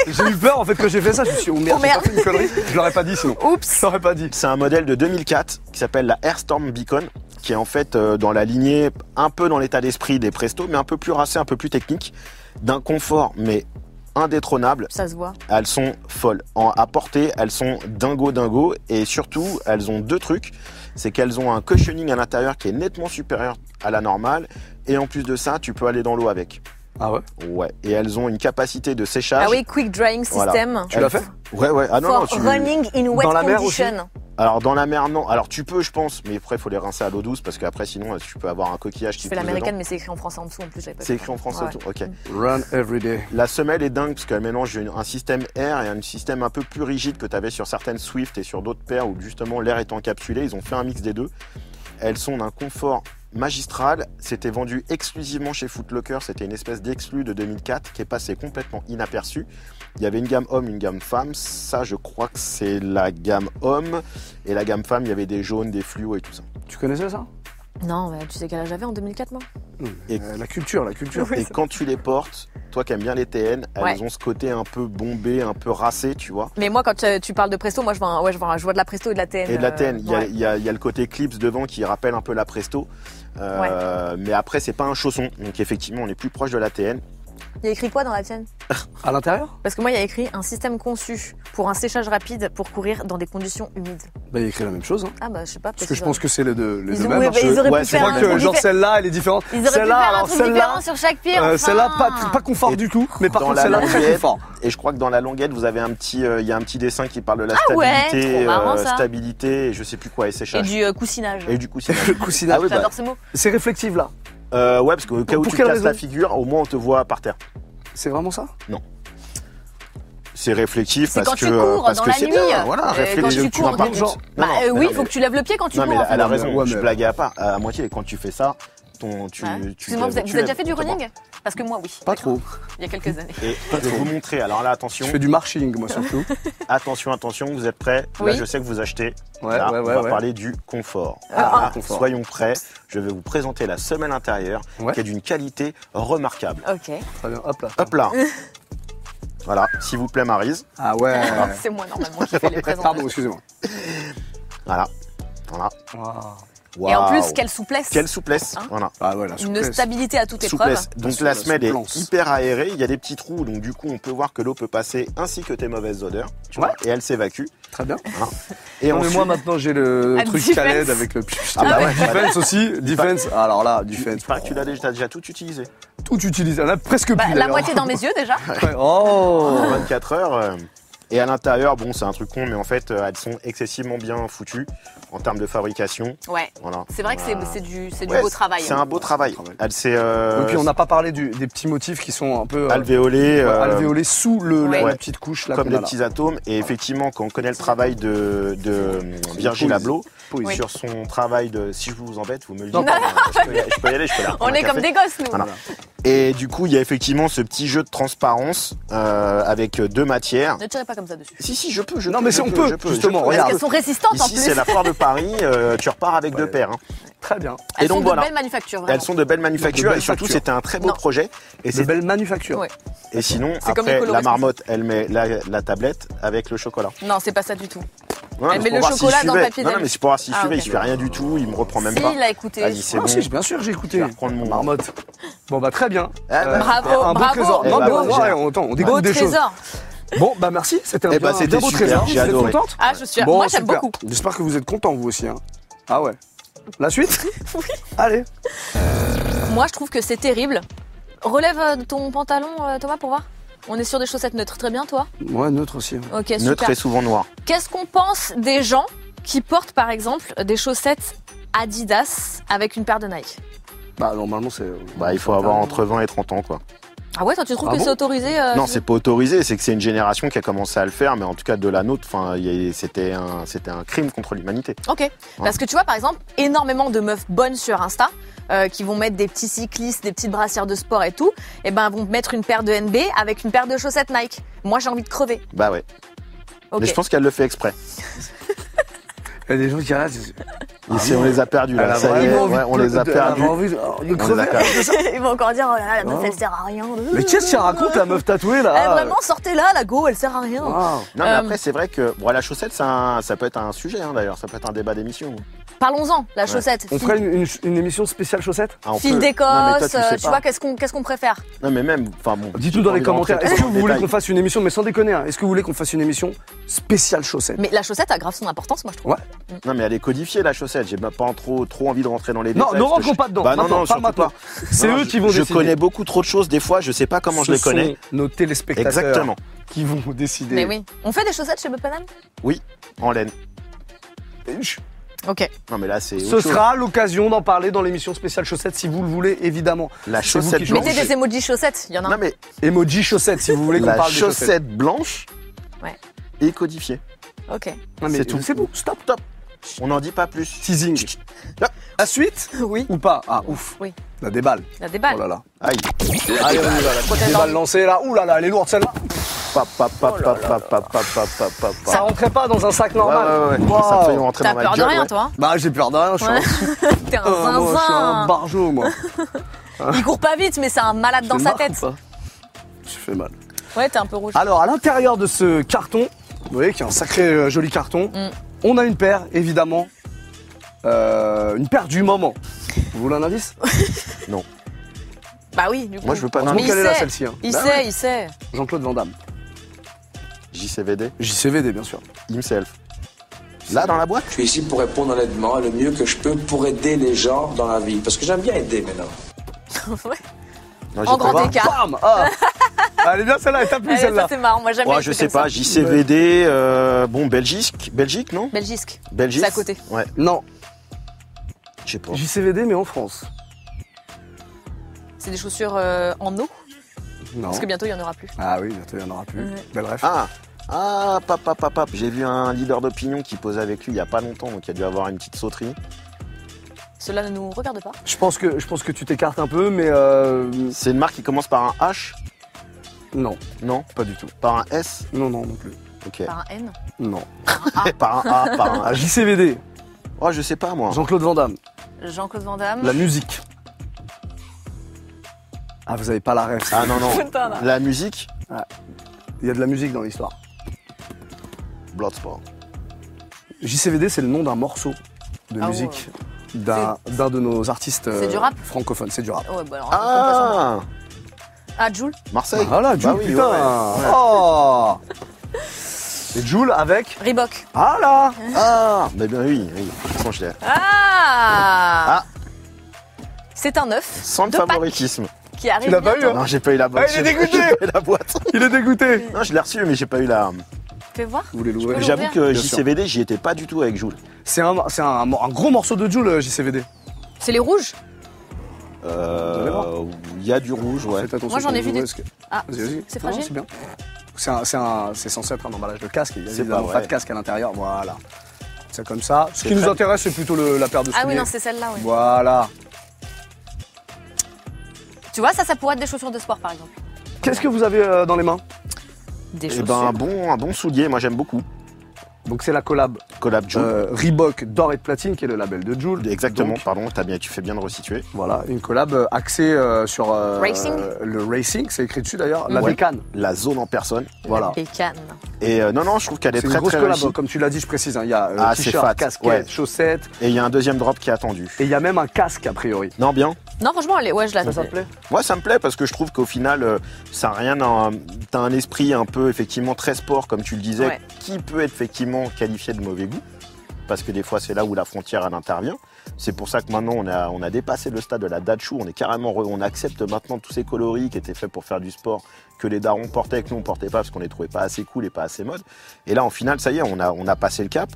J'ai eu peur en fait quand j'ai fait ça, je me suis dit, oh merde, Oh j'ai pas merde. fait une connerie. Je l'aurais pas dit sinon. Je Oups. l'aurais pas dit. C'est un modèle de 2004 qui s'appelle la Airstorm Beacon, qui est en fait euh, dans la lignée, un peu dans l'état d'esprit des Presto, mais un peu plus racé, un peu plus technique, d'un confort mais indétrônable. Ça se voit. Elles sont folles. En, à portée, elles sont dingo dingo et surtout, elles ont deux trucs. C'est qu'elles ont un cushioning à l'intérieur qui est nettement supérieur à la normale et en plus de ça, tu peux aller dans l'eau avec. Ah ouais Ouais. Et elles ont une capacité de séchage. Ah oui, quick drying Voilà. system. Tu l'as fait Ouais, ouais. Ah non, non, For tu- running in wet Dans la mer aussi condition. Alors dans la mer non. Alors tu peux je pense, mais après il faut les rincer à l'eau douce parce qu'après sinon euh, tu peux avoir un coquillage Je qui fais pousse l'américaine, dedans. mais c'est écrit en français en dessous en plus. j'avais pas C'est vu. écrit en français Ouais. autour. Ok. Run every day. La semelle est dingue parce qu'elle mélange une- un système air et un système un peu plus rigide que tu avais sur certaines Swift et sur d'autres paires où justement l'air est encapsulé. Ils ont fait un mix des deux. Elles sont d'un confort magistral. C'était vendu exclusivement chez Footlocker. C'était une espèce d'exclus de 2004 qui est passé complètement inaperçu. Il y avait une gamme homme, une gamme femme. Ça, je crois que c'est la gamme homme. Et la gamme femme, il y avait des jaunes, des fluos et tout ça. Tu connaissais ça Non, mais tu sais quelle âge j'avais en 2004, moi Et- Euh, La culture, la culture. Et quand tu les portes, toi qui aimes bien les TN, elles Ouais. ont ce côté un peu bombé, un peu racé, tu vois. Mais moi, quand euh, tu, tu parles de Presto, moi, je vois, un- ouais, je vois, un- je vois de la Presto et de la TN. Et de la euh, TN, il y a- ouais. il y, a, il y a le côté clips devant qui rappelle un peu la Presto. Euh, Mais après, c'est pas un chausson. Donc effectivement, on est plus proche de la TN. Il y a écrit quoi dans la tienne À l'intérieur Parce que moi, il y a écrit un système conçu pour un séchage rapide pour courir dans des conditions humides. Bah, il a écrit la même chose. Hein. Ah bah, je sais pas. Parce que je pense que c'est les deux, les Ils deux ont- mêmes. oui, hein. bah, Je- ils auraient ouais, pu c'est Je faire vrai un crois que truc genre diffé- celle-là, elle est différente. Ils auraient pu Celle-là, faire un alors, truc celle-là- différent sur chaque pied. Euh, enfin. Celle-là, pas, pas confort Et du tout, mais par dans contre la celle-là, très languette. confort. Et je crois que dans la languette, vous avez un petit, euh, il y a un petit dessin qui parle de la Ah ouais, stabilité, trop euh, marrant, ça. stabilité, et je sais plus quoi, et Et séchage. du euh, coussinage. Et du coup, c'est Le coussinage. Ah oui, bah, J'adore ce mot. C'est réflectif là. euh, ouais, parce que au cas Pour- où pour tu quelle casses la raison figure, au moins on te voit par terre. C'est vraiment ça C'est réflectif C'est parce quand que euh, tu cours parce dans que la c'est nuit. bien, voilà, Euh, réflexe, quand tu tu vas cours, pas donc- genre- Bah, Non, non, euh, mais oui, non, faut mais- que tu lèves le pied quand tu Non cours. mais en fait. elle a Ouais, raison, mais- je ouais. blaguais à part. À moitié, quand tu fais ça, ton, tu, Ouais. tu Excusez-moi, lèves- vous avez tu vous avez lèves déjà fait du ton bras. running Parce que moi, oui. Pas trop. Il y a quelques années. Et je vais vous montrer. Alors là, attention, Je fais du marching moi surtout. attention, attention, vous êtes prêts Là, Oui. je sais que vous achetez. Ouais, Là, ouais, on ouais, va ouais. parler du confort. Ah, Là, le confort. Soyons prêts. Je vais vous présenter la semelle intérieure, Ouais. qui est d'une qualité remarquable. Ok. Très bien, hop là. Hop là. voilà, s'il vous plaît, Marise. Ah ouais. C'est moi normalement qui fais les Pardon, présentations. excusez-moi. Voilà, voilà. Et en Waouh. plus, quelle souplesse quelle souplesse. Hein voilà. Ah ouais, la Une souplesse. stabilité à toute épreuve. Souplesse. Donc Sou- la la semelle est souplence. hyper aérée, il y a des petits trous, donc du coup on peut voir que l'eau peut passer ainsi que tes mauvaises odeurs, tu vois, et elle s'évacue. Très bien. Et Non, mais ensuite, moi maintenant j'ai le Ah, truc defense. Khaled avec le pif. Ah bah ouais. Defense aussi, defense. Alors là, tu, defense. tu parles que tu l'as déjà, t'as déjà tout utilisé. Tout utilisé. On a presque Bah, plus. la d'ailleurs. moitié dans mes yeux déjà. Ouais. Oh. En 24 heures. euh, et à l'intérieur, bon, c'est un truc con, mais en fait, euh, elles sont excessivement bien foutues en termes de fabrication. Ouais. Voilà. C'est vrai que c'est On a- c'est du, c'est du Ouais, beau travail. hein. C'est un beau travail. Travail. Elle s'est euh, Et puis on n'a pas parlé du- des petits motifs qui sont un peu euh, alvéolée, euh, alvéolés sous le, la- Ouais. la petite couche là. comme qu'on des a là. petits atomes. Et effectivement, quand on connaît le travail de, de euh, Virgil poésie. Abloh, Poésie. sur son travail de si je vous embête, vous me le dites. Non, hein, je, peux y, je peux y aller, je peux la On prendre un est comme café. des gosses, nous. Voilà. Et du coup, il y a effectivement ce petit jeu de transparence euh, avec deux matières. Ne tirez pas comme ça dessus. Si, si, je peux, je Non, peux, mais je si on peut, je peux, justement, je peux. Parce Regarde. qu'elles sont résistantes en Ici, plus. c'est la foire de Paris, euh, tu repars avec deux paires. hein. Très bien. Elles Et donc sont voilà. de belles manufactures. vraiment. Elles sont de belles manufactures belles et surtout, factures. c'était un très beau Non. projet. Et, C'est c'est- belle manufacture. Ouais. et sinon, C'est comme les après, coloris, la marmotte, elle met la, la tablette avec le chocolat. Non, c'est pas ça du tout. Non, Elle met mais pour le voir s'il chocolat dans le suivait. papier Non, non, d'aluminium. mais c'est pour voir s'il Ah, suivait, ok. il suivait rien du tout, il me reprend même si, pas. il a écouté. Vas-y, c'est Ah bon. si, j'ai- bien sûr, j'ai écouté. Je vais reprendre mon- Marmotte. Bon bah très bien. Euh, Eh ben, Euh, Bravo, un beau bravo. trésor. Eh Non, bah, mais on- voilà. ouais, on, attends, on découvre Beau des choses. trésor. Bon bah merci, c'était un, Eh bien, bah, un c'était bien beau super, trésor. j'ai Vous êtes adoré. contente Ah, je suis. Bon, Moi, j'aime super. beaucoup. J'espère que vous êtes contents vous aussi. hein. Ah ouais. La suite Allez. Moi, je trouve que c'est terrible. Relève euh, ton pantalon, euh, Thomas, pour voir. On est sur des chaussettes neutres. Très bien, toi Ouais, neutre aussi. hein. ouais. Ok, Neutre super. et souvent noir. Qu'est-ce qu'on pense des gens qui portent, par exemple, des chaussettes Adidas avec une paire de Nike Bah normalement c'est. Bah, il faut avoir entre 20 et 30 ans, quoi. Ah ouais, toi tu trouves Ah que bon c'est autorisé euh, Non, tu- c'est pas autorisé, c'est que c'est une génération qui a commencé à le faire, mais en tout cas de la nôtre, enfin, il y a- c'était un, c'était un crime contre l'humanité. Ok. Parce que tu vois, par exemple, énormément de meufs bonnes sur Insta euh, qui vont mettre des petits cyclistes, des petites brassières de sport et tout, et ben vont mettre une paire de NB avec une paire de chaussettes Nike. Moi, j'ai envie de crever. Bah ouais. Ok. Mais je pense qu'elle le fait exprès. Il y a des gens qui restent. Ah Et c'est- on les a perdus là. Bah, Ça y est, ouais, on les a perdus. de On les crever. a perdus. Ils vont encore dire, oh là là, la meuf, Ah. elle sert à rien. Mais qu'est-ce qu'elle raconte la meuf tatouée là Eh, Vraiment, sortez-la, la go, elle sert à rien. Waouh. Non, mais Euh, après, c'est vrai que bon, la chaussette, c'est un- ça peut être un sujet hein, d'ailleurs, ça peut être un débat d'émission. Parlons-en, la chaussette. On Fil- ferait une, une- une émission spéciale chaussettes Ah, on Fil peut- Non, mais toi, d'Écosse, sais euh, tu pas. vois, qu'est-ce qu'on qu'est-ce qu'on préfère Non, mais même. Enfin, bon, Dites-nous j'ai dans pas les envie de rentrer commentaires. Est-ce que trop dans vous le voulez détail. qu'on fasse une émission, mais sans déconner, hein, est-ce que vous voulez qu'on fasse une émission spéciale chaussettes Mais la chaussette a grave son importance, moi je trouve. Ouais. Non, mais elle est codifiée la chaussette. J'ai pas en trop, trop envie de rentrer dans les Non, détails. ne parce que rentrons je- pas dedans. Bah non, Maintenant, non, parle-moi surtout pas. toi. C'est Non, eux je- qui vont Je décider. connais beaucoup trop de choses. Des fois, je sais pas comment Ce je les connais. sont nos téléspectateurs Exactement. qui vont décider. Mais oui. On fait des chaussettes chez Bupanam En laine. Chut. Ok. Non, mais là, c'est. Ce autre chose. sera l'occasion d'en parler dans l'émission spéciale chaussettes si vous le voulez, évidemment. la c'est vous chaussette qui blanche. Mettez des emojis chaussettes, il y en a Non, un. mais Emoji chaussettes si vous voulez qu'on la parle des chaussettes. chaussette blanche Ouais. est codifiée. Ok. Non, mais c'est tout. C'est bon, stop. Top. On n'en dit pas plus. Teasing. La suite Oui. ou pas Ah, ouf. Oui. Ah. On a des balles. La déballe. Oh là là. Aïe. Allez, on y va. La des balles lancées là. Ouh là là, elle est lourde celle-là. Pa, pa, pa, pa, pa, pa, pa, pa, pa, pa, pa. Ça rentrait pas dans un sac normal. Ouais, ouais, ouais. Wow. Ça a failli rentrer T'as dans ma peur de gueule, rien, ouais. toi hein Bah, j'ai peur de rien. Je suis, Ouais. un... hein T'es un Ah, moi, je suis un zinzin. barjot, moi. Il court pas vite, mais c'est un malade Je dans fais sa marre tête. ou pas Ah, Je fais mal. Ouais, t'es un peu rouge. Alors, à l'intérieur de ce carton, vous voyez qu'il y a un sacré euh, joli carton, Mm. on a une paire, évidemment. Euh, une paire du moment. Vous voulez un indice Bah oui, du coup. Moi, je veux pas. Heureusement Mais il qu'elle est là, sait. celle-ci. hein. Il Bah sait, ouais. il sait. Jean-Claude Van Damme. JCVD, JCVD, bien sûr. himself. Là, dans la boîte Je suis ici pour répondre honnêtement le mieux que je peux pour aider les gens dans la vie. Parce que j'aime bien aider maintenant. Ouais. Non, En j'ai grand pas- écart. Bam Ah. Elle est bien celle-là, elle t'a plu Allez, ça, celle-là. c'est marrant, moi jamais. Ouais, je sais pas, JCVD, euh, bon, Belgique, Belgique, non Belgisque. Belgique C'est à côté. Ouais, Non, je sais pas. JCVD, mais en France. C'est des chaussures euh, en eau, Non. parce que bientôt il y en aura plus. Ah oui, bientôt il n'y en aura plus. Ben, Ouais. Belle ref. Ah Ah, pap, pap, pap, pap. j'ai vu un leader d'opinion qui posait avec lui il y a pas longtemps, donc il a dû avoir une petite sauterie. Cela ne nous regarde pas. Je, pense que, je pense que tu t'écartes un peu, mais euh, C'est une marque qui commence par un H non, Non, pas du tout. par un S Non, non, non plus. Ok. Par un N. Non. par un A, par un Ah, H. JCVD, Oh, je sais pas, moi. Jean-Claude Van Damme, Jean-Claude Van Damme. la musique. Ah, vous avez pas la ref. Ah non, non. Putain, là. La musique Il y a de la musique dans l'histoire. Bloodsport. JCVD, c'est le nom d'un morceau de Ah musique d'un d'un de nos artistes C'est euh, du rap francophones. C'est du rap. Ouais, bah alors, raconte pas Ah son- Ah, Jules. Marseille Voilà, Bah Jules, oui, putain ouais, ouais. Oh Et Jules avec... Reebok. Ah là Ah Mais bien oui, oui. De toute façon, je l'ai. Ah. Ah. C'est un œuf Sans le De Pâques. favoritisme. qui arrive. Tu l'as pas eu, bientôt. Non, j'ai pas eu la boîte. Ah, il est J'ai pas- dégoûté j'ai pas eu la boîte. Il est dégoûté Non, je l'ai reçu, mais j'ai pas eu la. hein Fais voir. Vous voulez l'ouvrir peux J'avoue l'ouvrir que Bien sûr. JCVD, j'y étais pas du tout avec Jules. C'est un, c'est un, un gros morceau de Jules, euh, JCVD. C'est les rouges. allez voir. Euh. Il y a du rouge, ouais. Faites attention Moi, j'en quand ai vous vu des- ouvrez, parce que- Ah, Vas-y, vas-y. c'est Non, fragile. bien. C'est un- c'est un- c'est censé être un emballage de casque. Il n'y a C'est évidemment pas pas, vrai. de casque à l'intérieur. Voilà. C'est comme ça. Ce C'est qui nous très- intéresse, c'est plutôt le- la paire de souliers. Ah oui, non, c'est celle-là, ouais. Voilà. Tu vois, ça, ça pourrait être des chaussures de sport, par exemple. Qu'est-ce que vous avez euh, dans les mains Eh Des Et chaussures. ben un bon, un bon soulier, moi j'aime beaucoup. Donc c'est la collab Collab Jules. euh, Reebok d'or et de platine, qui est le label de Joule. Exactement, Donc, pardon, t'as bien, tu fais bien de resituer. voilà, une collab euh, axée euh, sur euh, Racing. le racing, c'est écrit dessus d'ailleurs, la Ouais. bécane. La zone en personne. Voilà. Pécane. Et euh, non, non, je trouve qu'elle est, C'est une très grosse très collab, réussie. comme tu l'as dit, je précise. hein. Il y a euh, Ah, c'est fat. t-shirt, casquette, Ouais. chaussettes, Et il y a un deuxième drop qui est attendu. et il y a même un casque a priori. Non, bien. Non, franchement, elle est- ouais, je Ça, ça l'attendais. te plaît Moi, ça me plaît parce que je trouve qu'au final, euh, ça a rien. à- T'as un esprit un peu effectivement très sport, comme tu le disais, Ouais. qui peut être effectivement qualifié de mauvais goût. Parce que des fois, c'est là où la frontière elle intervient. C'est pour ça que maintenant, on a, on a dépassé le stade de la dachou. On est carrément, re- on accepte maintenant tous ces coloris qui étaient faits pour faire du sport que les darons portaient, que nous on portait pas parce qu'on les trouvait pas assez cool et pas assez mode. Et là, en final, ça y est, on a, on a passé le cap.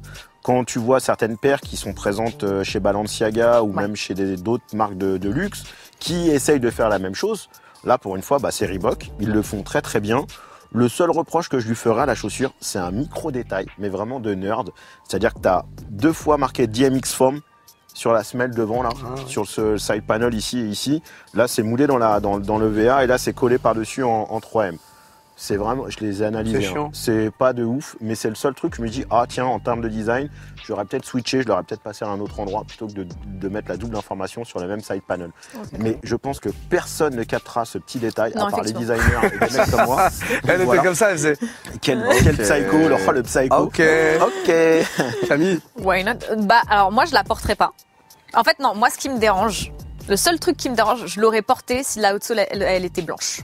Quand tu vois certaines paires qui sont présentes euh, chez Balenciaga ou Ouais. même chez des- d'autres marques de, de luxe qui essayent de faire la même chose, Là, pour une fois, bah, c'est Reebok. Ils le font très très bien. Le seul reproche que je lui ferai à la chaussure, c'est un micro détail, mais vraiment de nerd. C'est-à-dire que tu as deux fois marqué DMX Form sur la semelle devant là, Ah sur ce side panel ici et ici. Là, c'est moulé dans, la, dans, dans le VA et là, c'est collé par-dessus en, en 3M. C'est vraiment, je les ai C'est analysés. hein. chiant. C'est pas de ouf, mais c'est le seul truc. Je me dis, ah tiens, en termes de design, j'aurais peut-être switché, je l'aurais peut-être passé à un autre endroit plutôt que de, de mettre la double information sur le même side panel. Mais je pense que personne ne captera ce petit détail, Oh, Non, à part les effectivement. designers et des mecs comme moi. Elle était Voilà. comme ça, elle faisait. Quel, quel psycho, le, oh, le psycho. Ok. Eh Ok. Camille, Why not Bah, alors moi, je la porterai pas. En fait, non, moi, ce qui me dérange, le seul truc qui me dérange, je l'aurais porté si la haute sole, elle, elle était blanche.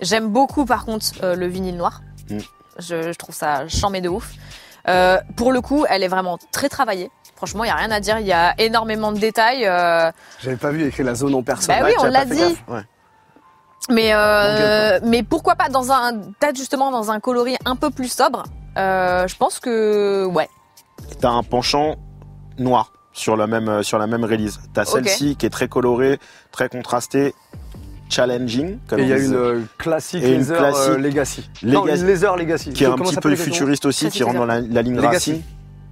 J'aime beaucoup, par contre, euh, le vinyle noir. Mm. Je, je trouve ça chambé de ouf. Euh, pour le coup, elle est vraiment très travaillée. Franchement, il n'y a rien à dire. Il y a énormément de détails. euh, j'avais pas vu écrire la zone en personne. Bah oui, Ouais, on tu as l'a pas fait dit. gaffe. Ouais. Mais, euh, mais pourquoi pas dans un peut-être justement dans un coloris un peu plus sobre. Euh, je pense que ouais. T'as un penchant noir sur la même, euh, sur la même release. T'as Ok. celle-ci qui est très colorée, très contrastée, challenging. Comme Et il y a ils disent, une euh, classique Bah Et une Laser euh, classique. Legacy. Non, Legacy. une Laser Legacy. qui est un Comment petit ça peu s'appelle exactement futuriste aussi, Ça, qui c'est rentre dans la, la ligne Legacy. Racing.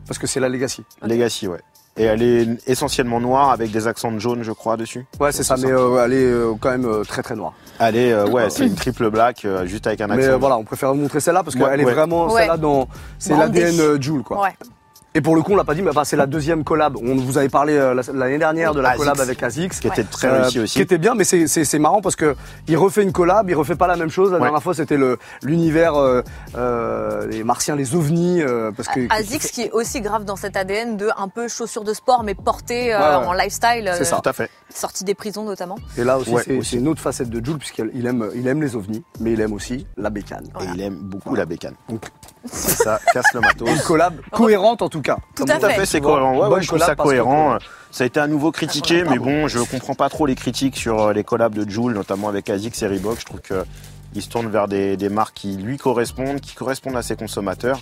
Parce que c'est la Legacy. Legacy, ouais. Et elle est essentiellement noire avec des accents de jaune, je crois, dessus. Ouais, c'est ça, mais euh, elle est euh, quand même euh, très très noire. Elle est, euh, ouais, c'est une triple black, euh, juste avec un accent. Mais euh, jaune. voilà, on préfère vous montrer celle-là parce qu'elle Ouais, est ouais. vraiment Ouais. celle-là dans. C'est Brandée. l'ADN euh, Joule, quoi. Ouais. Et pour le coup, on l'a pas dit, mais enfin, c'est la deuxième collab. On vous avait parlé euh, la- l'année dernière de la Asics. collab avec Azix. Qui était très réussie aussi. Euh, Qui était bien, mais c'est- c'est c'est marrant parce que il refait une collab, il refait pas la même chose. La dernière fois, c'était le- l'univers, euh, euh, les martiens, les ovnis, euh, parce Ah, que. Azix qui est aussi grave dans cet ADN de un peu chaussures de sport mais portées euh, Ouais, ouais. en lifestyle, C'est ça. Tout à fait. sortie des prisons notamment. Et là aussi, Ouais, c'est- aussi. c'est une autre facette de Jules, puisqu'il aime, il aime les ovnis, mais il aime aussi la bécane. Voilà. Et il aime beaucoup la bécane. Donc, C'est ça, casse le Une matos. collab cohérente en tout cas. Tout Comme à Tout à fait, c'est cohérent. Ouais, Bonne ouais, je trouve ça collab parce que- cohérent. Ça a été à nouveau critiqué, mais bon, je comprends pas trop les critiques sur euh, les collabs de Joule, notamment avec ASICS et Reebok. Je trouve qu'il se tourne vers des, des marques qui lui correspondent, qui correspondent à ses consommateurs.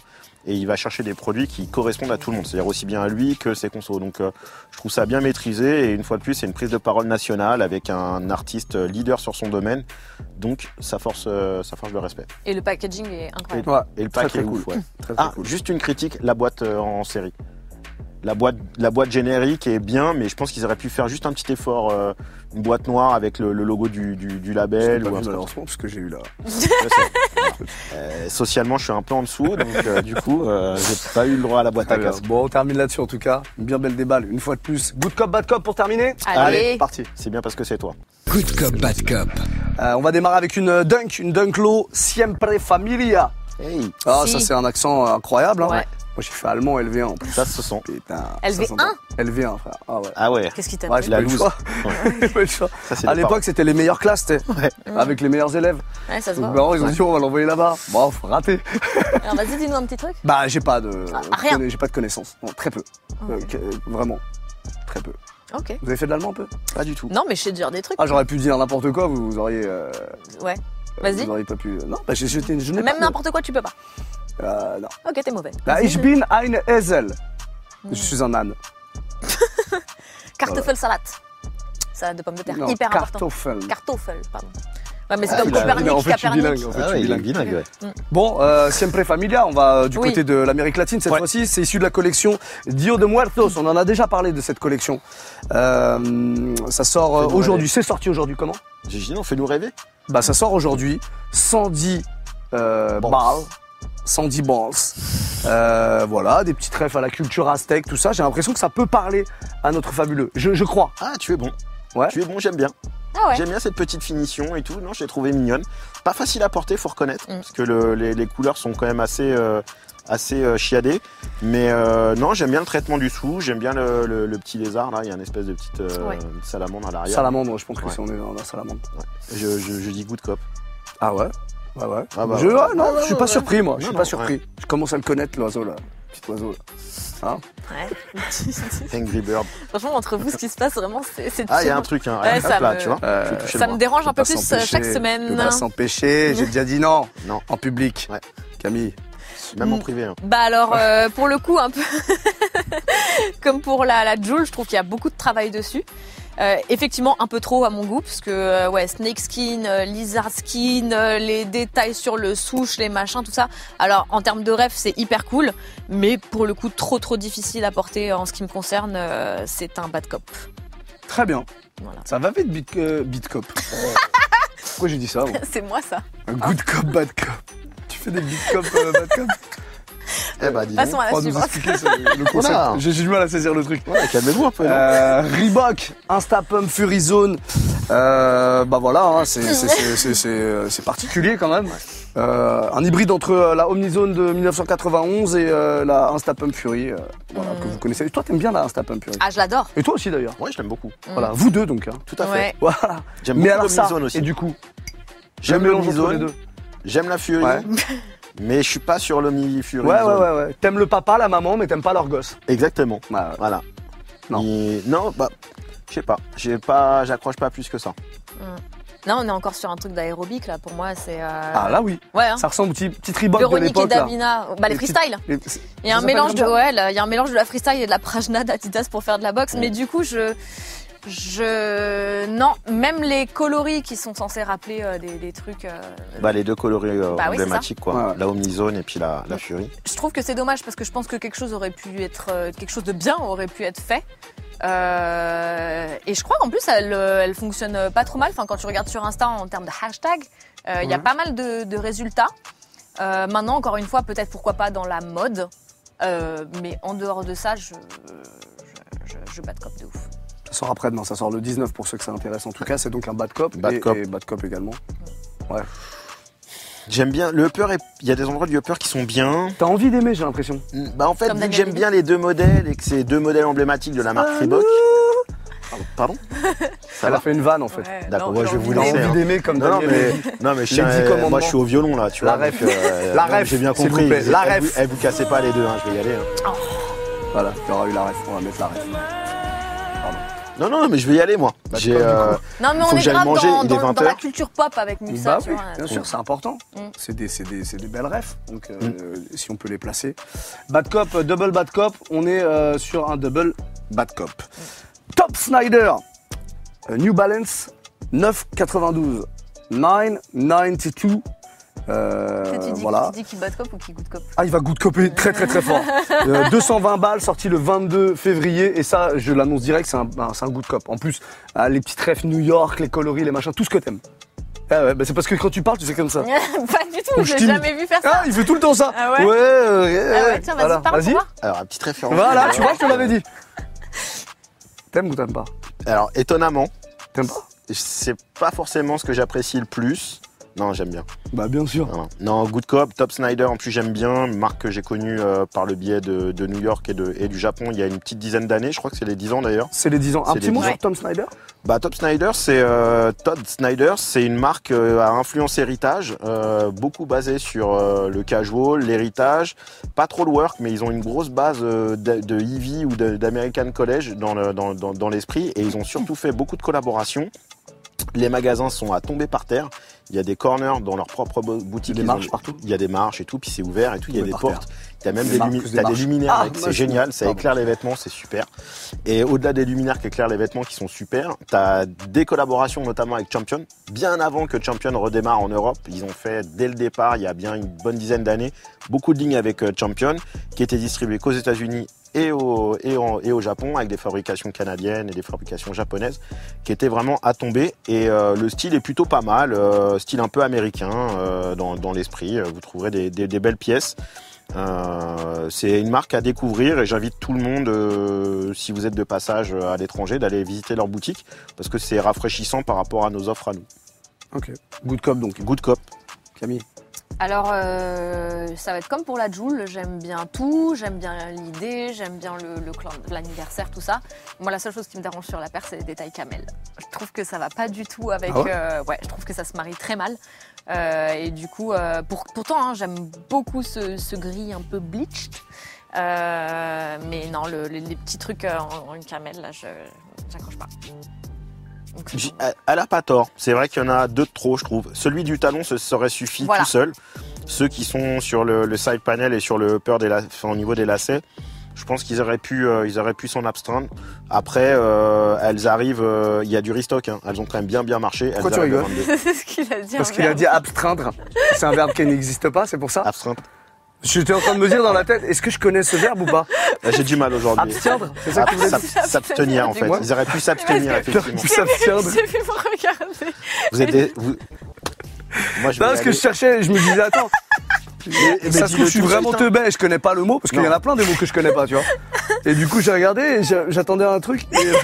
Et il va chercher des produits qui correspondent à tout le monde, c'est-à-dire aussi bien à lui que ses consos. Donc euh, je trouve ça bien maîtrisé et une fois de plus, c'est une prise de parole nationale avec un artiste leader sur son domaine. Donc ça force, euh, ça force le respect. Et le packaging est incroyable. Ouais, Et le Très, pack très est cool. ouf, ouais. très, très Ah, cool. juste une critique, la boîte euh, en série. La boîte, la boîte générique est bien, mais je pense qu'ils auraient pu faire juste un petit effort, euh, une boîte noire avec le, le logo du, du- du Je l'ai label. pas ou un vu truc. malheureusement parce que j'ai eu la. Je sais. Euh, socialement, je suis un peu en dessous, donc euh, du coup, euh, j'ai pas eu le droit à la boîte à Très bien. casque. Bon, on termine là-dessus en tout cas. Une bien belle déballe, une fois de plus. Good cop, bad cop pour terminer Allez. parti. C'est bien parce que c'est toi. Good cop, bad cop. Euh, on va démarrer avec une euh, dunk, une dunk low, siempre familia. Hey, Ah, Si. ça c'est un accent incroyable. Hein. Ouais. Moi j'ai fait allemand LV1 en plus. ça se sent. Putain. LV1? ça s'entend. LV1, frère. Ah ouais. Ah ouais, Qu'est-ce qui t'a Ouais, pris j'ai La pas eu le loose. choix. Ouais. J'ai pas eu le choix. ça c'est À des l'époque, c'était les meilleures classes, t'sais, paroles. avec les meilleurs élèves. Ouais, ça se Donc, voit. bah, ils ont dit, on va l'envoyer là-bas. Bon, raté. Alors vas-y, dis-nous un petit truc. Bah, j'ai pas de. Ah, rien. J'ai pas de connaissances. Non, très peu. Euh, que- euh, vraiment. Très peu. Ok. Vous avez fait de l'allemand un peu Pas du tout. Non, mais je sais dire des trucs. Ah, j'aurais pu dire n'importe quoi, vous, vous auriez. euh, Ouais. Vas-y. Vous auriez pas pu. Non, bah, j'ai jeté une journée. Même n'importe quoi, tu peux pas. Euh, non. Ok, t'es mauvais. Bah, ich bin ein Esel. Je suis un âne. Kartoffel salade. Salade de pommes de terre. Non, Hyper important. Kartoffel. Kartoffel, pardon. Ouais, mais c'est Ah, comme il a- Mais en Copernic, fait, je suis bilingue. Capernic. en fait, Ah je ouais, suis il est bilingue. bilingue, ouais. Bon, euh, Siempre Familia, on va euh, du Oui. côté de l'Amérique latine cette Ouais. fois-ci. C'est issu de la collection Dio de Muertos. On en a déjà parlé de cette collection. Euh, ça sort euh, Fais-nous aujourd'hui. C'est sorti aujourd'hui comment J'ai dit non, fais-nous rêver. Bah, ça sort aujourd'hui. 110 euh, Balls. balles. 110 balls. Euh, voilà, des petites refs à la culture aztèque, tout ça. J'ai l'impression que ça peut parler à notre fabuleux. Je, je crois. Ah, tu es bon. Ouais. Tu es bon, j'aime bien. Ah ouais. J'aime bien cette petite finition et tout. Non, j'ai trouvé mignonne. Pas facile à porter, faut reconnaître, Mm. parce que le- les, les couleurs sont quand même assez, euh, assez euh, chiadées. Mais euh, non, j'aime bien le traitement du sous. J'aime bien le, le- le petit lézard là. Il y a une espèce de petite euh, Ouais. salamandre à l'arrière. Salamandre, je pense que Ah, Ouais. c'est on est dans la salamandre. Je, je- je dis good cop. Ah ouais Ouais, ouais. Ah bah je, ouais. ouais, non, Ouais, ouais, je suis ouais, pas ouais. surpris, moi. je Non, suis non, pas surpris. Je commence à le connaître, l'oiseau, là. Petit oiseau, là. Ouais. Angry Bird. Franchement, entre vous, ce qui se passe vraiment, c'est c'est de Ah, il y chez a un moi. truc. Hein. Ouais, Hop ça là, me- tu vois. Euh, je suis touché Ça me le bras. dérange un peu Pas plus euh, s'empêcher, chaque je peux semaine. pas s'empêcher, j'ai déjà dit non. Non. En public. Ouais. Camille. Même en privé. hein. Bah alors, euh, pour le coup, un peu comme pour la, la Joule, je trouve qu'il y a beaucoup de travail dessus. Euh, effectivement, un peu trop à mon goût, parce que euh, ouais, snake skin, euh, lizard skin, euh, les détails sur le souche, les machins, tout ça. Alors, en termes de rêve, c'est hyper cool, mais pour le coup, trop trop difficile à porter en ce qui me concerne. euh, c'est un bad cop. Très bien. Voilà. Ça va vite, bit, euh, bit cop. Pourquoi j'ai dit ça moi c'est moi ça. Un Good cop, bad cop. Tu fais des bit cop, euh, bad cop Eh bah, dis donc. Passons à Faudra la nous Ah, suivante. expliquer ce- le concept. Voilà. J'ai j'ai du mal à saisir le truc. Ouais, calmez-vous un peu. non Euh, Reebok, Instapump, Fury Zone. Euh, bah voilà, hein, c'est- c'est- c'est c'est- c'est, euh, c'est particulier quand même. Euh, un hybride entre euh, la Omnizone de 1991 et euh, la Instapump Fury, euh, voilà, Mm. que vous connaissez. Et toi, t'aimes bien la Instapump Fury. Ah, je l'adore. Et toi aussi d'ailleurs. Ouais, je l'aime beaucoup. Voilà, vous deux donc. hein. Tout à fait. Mm. Ouais. Voilà. J'aime Mais beaucoup alors ça, l'Omnizone aussi. et du coup, J'aime le mélange entre l'Omnizone, les deux. J'aime la Fury. Ouais. Mais je suis pas sur l'Omni Fury. Ouais, ouais, Zone. ouais, ouais. T'aimes le papa, la maman, mais t'aimes pas leur gosse. Exactement. Bah, Euh. ouais. Voilà. Non. Et- Non, bah, je sais pas. J'ai pas, j'accroche pas plus que ça. Non, on est encore sur un truc d'aérobic là. Pour moi, c'est. euh, Ah là oui, ouais. hein. ça ressemble au petit, petit Reebok de Véronique et l'époque là. Davina, bah les Les petites- freestyles. Les- Il y a un Ça s'appelle mélange de comme ça ouais, là, il y a un mélange de la freestyle et de la prajna d'Adidas pour faire de la boxe. Mais du coup, je je non, même les coloris qui sont censés rappeler euh, des, des trucs. euh, Bah, les deux coloris euh, Bah oui, c'est emblématiques, quoi. Ouais, ouais. La Omnizone et puis la, la Fury. Je trouve que c'est dommage parce que je pense que quelque chose aurait pu être euh, quelque chose de bien aurait pu être fait. Euh, et je crois qu'en plus elle, euh, elle fonctionne pas trop mal. Enfin, quand tu regardes sur Insta en termes de hashtag, euh, il y a Ouais. pas mal de, de résultats. Euh, maintenant, encore une fois, peut-être pourquoi pas dans la mode, Euh, mais en dehors de ça, je je, je, je bats de cop de ouf. Ça sort après-demain, ça sort le 19 pour ceux que ça intéresse en tout cas. C'est donc un bad cop, Bad et, cop. et bad cop également. J'aime bien. Le Upper, est- il y a des endroits du Upper qui sont bien. T'as envie d'aimer, j'ai l'impression. Bah, en fait, Comme vu que Daniel j'aime bien les deux modèles et que c'est deux modèles emblématiques de la marque Reebok. Pardon, Pardon Ça Elle va a fait une vanne en fait. D'accord, ouais, je vais vous T'as laisser, envie hein. d'aimer comme Non, non, Daniel mais, Levy. non, mais je Les tiens, dix euh, commandements. moi je suis au violon là, tu vois. La donc, ref. euh, La non, ref, J'ai bien s'il vous compris. plaît, la Elle vous- ref. Elle vous cassez pas les deux, hein, je vais y aller. hein. Voilà, t'auras eu la ref, on va mettre la ref. Non, non, non, mais je vais y aller moi. Bah, J'ai, euh, Non, mais Faut on que est j'aille grave manger, dans, il est dans- dans 20 heures. la culture pop avec Muxa, Bah tu oui, vois. bien sûr, c'est important. Mm. C'est des, c'est des, c'est des belles refs, donc euh, Mm. si on peut les placer. Bad cop, euh, double bad cop, on est euh, sur un double bad cop. Mm. Top Snyder, euh, New Balance 992, 992. Euh, Peut-être tu dis, voilà. tu dis qui bat de cop ou qui goûte cop. Ah, il va good coper très très très fort. Euh, 220 balles, sorti le 22 février. Et ça, je l'annonce direct, c'est un, un- c'est un good cop. En plus, ah, les petites refs New York, les coloris, les machins, tout ce que t'aimes. Ah ouais, bah c'est parce que quand tu parles, tu fais comme ça. pas du tout, Ou je je l'ai timide. jamais vu faire Ah, ça. Ah, il fait tout le temps ça. Ah ouais Ouais, euh, ouais, Ah ouais, ouais. tiens, vas-y, Voilà, parle pour voir. Alors, une petite référence. Voilà, tu Euh, vois, je te l'avais dit. T'aimes ou t'aimes pas Alors, étonnamment, T'aimes pas c'est pas forcément ce que j'apprécie le plus. Non, j'aime bien. Bah, bien sûr. Voilà. Non, Good Cop, Top Snyder, en plus j'aime bien. Une marque que j'ai connue euh, par le biais de, de New York et, de, et du Japon il y a une petite dizaine d'années. Je crois que c'est les 10 ans d'ailleurs. C'est les 10 ans. Un C'est petit les mot 10 ans. sur Tom Snyder Bah, Top Snyder, c'est euh, Todd Snyder, c'est une marque euh, à influence héritage, euh, beaucoup basée sur euh, le casual, l'héritage, pas trop le work, mais ils ont une grosse base euh, de, de Ivy ou de- d'American College dans le- dans- dans- dans l'esprit, et ils ont surtout fait beaucoup de collaborations. Les magasins sont à tomber par terre. Il y a des corners dans leur propre bo- boutique. Des Ils marches ont- partout. Il y a des marches et tout, puis c'est ouvert et tout. Il y a Tomber des par portes. Il y a même Des des, marques, lumi- des t'as des marches. luminaires. Ah, mec, moi, c'est je- génial. Ça pardon. éclaire les vêtements. C'est super. Et au-delà des luminaires qui éclairent les vêtements qui sont super, t'as des collaborations notamment avec Champion. Bien avant que Champion redémarre en Europe, ils ont fait dès le départ, il y a bien une bonne dizaine d'années, beaucoup de lignes avec euh, Champion qui étaient distribuées qu'aux États-Unis et au, et, en- et au Japon avec des fabrications canadiennes et des fabrications japonaises qui étaient vraiment à tomber. Et euh, le style est plutôt pas mal, euh, style un peu américain euh, dans, dans l'esprit. Euh, Vous trouverez des, des- des belles pièces. Euh, c'est une marque à découvrir et j'invite tout le monde, euh, si vous êtes de passage euh, à l'étranger, d'aller visiter leur boutique parce que c'est rafraîchissant par rapport à nos offres à nous. Ok. Good cop donc, Good cop. Camille. Alors, euh, ça va être comme pour la Joule, j'aime bien tout, j'aime bien l'idée, j'aime bien le, le clan- l'anniversaire, tout ça. Moi, la seule chose qui me dérange sur la paire, c'est les détails camel. Je trouve que ça va pas du tout avec. Ah ouais euh, ouais, je trouve que ça se marie très mal. Euh, et du coup, euh, pour- pourtant, hein, j'aime beaucoup ce, ce gris un peu bleached. Euh, mais non, le- les, les petits trucs euh, en, en camel, là, je j'accroche pas. Donc, J- Elle elle a pas tort. C'est vrai qu'il y en a deux de trop, je trouve. Celui du talon, ce serait suffi Voilà. tout seul. Ceux qui sont sur le, le side panel et sur le upper des la- enfin, au niveau des lacets, Je pense qu'ils auraient pu, euh, ils auraient pu s'en abstraindre. Après, euh, elles arrivent. euh, Il y a du restock. hein. Elles ont quand même bien, bien marché. Elles Pourquoi tu arrivent à rigoles 22. C'est ce qu'il a dit. Parce en qu'il a verbe. dit abstraindre. C'est un verbe qui n'existe pas, c'est pour ça. Abstrainte. J'étais en train de me dire dans la tête, est-ce que je connais ce verbe ou pas Là, Ah, J'ai du mal aujourd'hui. Abstraindre, c'est ça que tu Ab- voulais dire s'ab- S'abstenir en fait. Ouais. Ils auraient pu s'abstenir Ah, effectivement. S'abstiendre. J'ai vu pour regarder. Vous êtes. des- vous- Moi, je Non, vais parce que aller- je cherchais, je me disais, attends, Mais- mais ça se dis-le trouve, je suis tout de vraiment suite, hein. teubé, je connais pas le mot, parce qu'il y en a plein des mots que je connais pas, tu vois. Et du coup, j'ai regardé, et j'a- j'attendais un truc, et euh,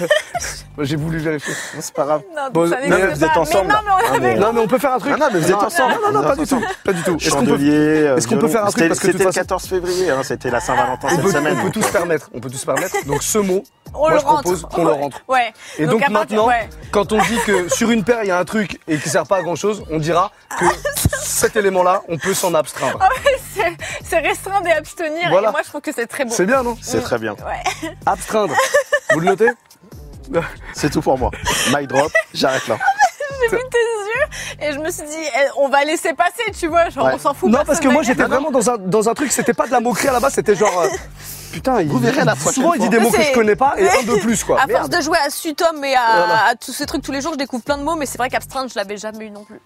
j'ai voulu vérifier. Non, C'est pas grave. Non, Bon, ça non, n'existe mais vous êtes pas. ensemble, Mais non, mais on là. avait- Ah, Non, mais on peut faire un truc. Ah non, mais vous êtes ensemble. Non, non, Vous pas êtes du tout, ensemble. pas du tout. Est-ce qu'on peut, Chandelier. euh, est-ce qu'on peut violon. faire un truc C'était- parce que de toute C'était le façon- 14 février. hein, C'était la Saint-Valentin on cette peut, semaine. on peut tous se permettre, on peut tous se permettre. Donc ce mot, On moi le je propose rentre. qu'on le rentre. Ouais. Et donc, à partir- maintenant, ouais. quand on dit que sur une paire il y a un truc et qui sert pas à grand chose, on dira que cet élément-là, on peut s'en abstraindre. C'est- c'est restreindre et abstenir. Voilà. Et moi, je trouve que c'est très beau. C'est bien, non C'est très bien. Ouais. Abstraindre. Vous le notez C'est tout pour moi. My drop. J'arrête là. J'ai vu tes yeux et je me suis dit, eh, on va laisser passer, tu vois. Genre, Ouais. on s'en fout. Non, parce que personne moi va j'étais dire. vraiment dans un, dans un truc, c'était pas de la moquerie à la base, c'était genre. euh, putain, il, Vous verrez la prochaine souvent il dit des fois. mots que je C'est- connais pas et un de plus quoi. À force de jouer à Sutom et à, Ah, Voilà. à tous ces trucs tous les jours, je découvre plein de mots, mais c'est vrai qu'abstreinte, je l'avais jamais eu non plus.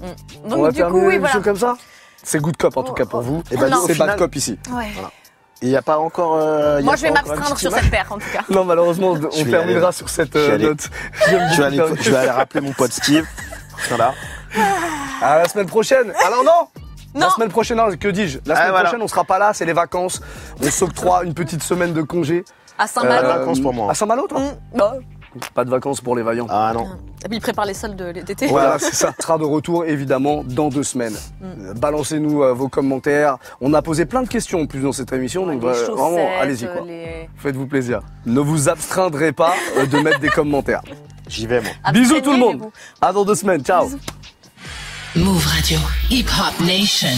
Mm. on va Donc, du terminer coup, oui, l'émission voilà. comme ça C'est good cop en tout cas pour vous. Eh ben, Non. c'est au final- bad cop ici. Ouais. Il n'y a pas encore. euh, il y a Moi, je vais pas encore un m'abstraindre petit sur match. cette paire, en tout cas. Non, malheureusement, on Je vais y terminera aller. sur cette Je vais euh, aller. note. J'aime Je vais, beaucoup aller, terminer. je vais aller rappeler mon pote Steve. Voilà. À la semaine prochaine. Alors non, Non, La semaine prochaine, non, que dis-je La Ah, semaine voilà. prochaine, on sera pas là, c'est les vacances. On s'octroie une petite semaine de congé. à Pas de Euh. Saint-Malo. vacances pour moi. À Saint-Malo, Mm. toi Bon. Pas de vacances pour les vaillants. Ah non. Et puis, il prépare les soldes d'été. Voilà, c'est ça. On sera de retour évidemment dans deux semaines. Mm. Euh, Balancez-nous euh, vos commentaires. On a posé plein de questions en plus dans cette émission, donc Les euh, chaussettes, vraiment, allez-y quoi. les- Faites-vous plaisir. Ne vous abstreindrez pas euh, de mettre des commentaires. J'y vais moi. Bisous tout le monde. Abstenez-vous. À dans deux semaines. Ciao. Move Radio. Hip Hop Nation.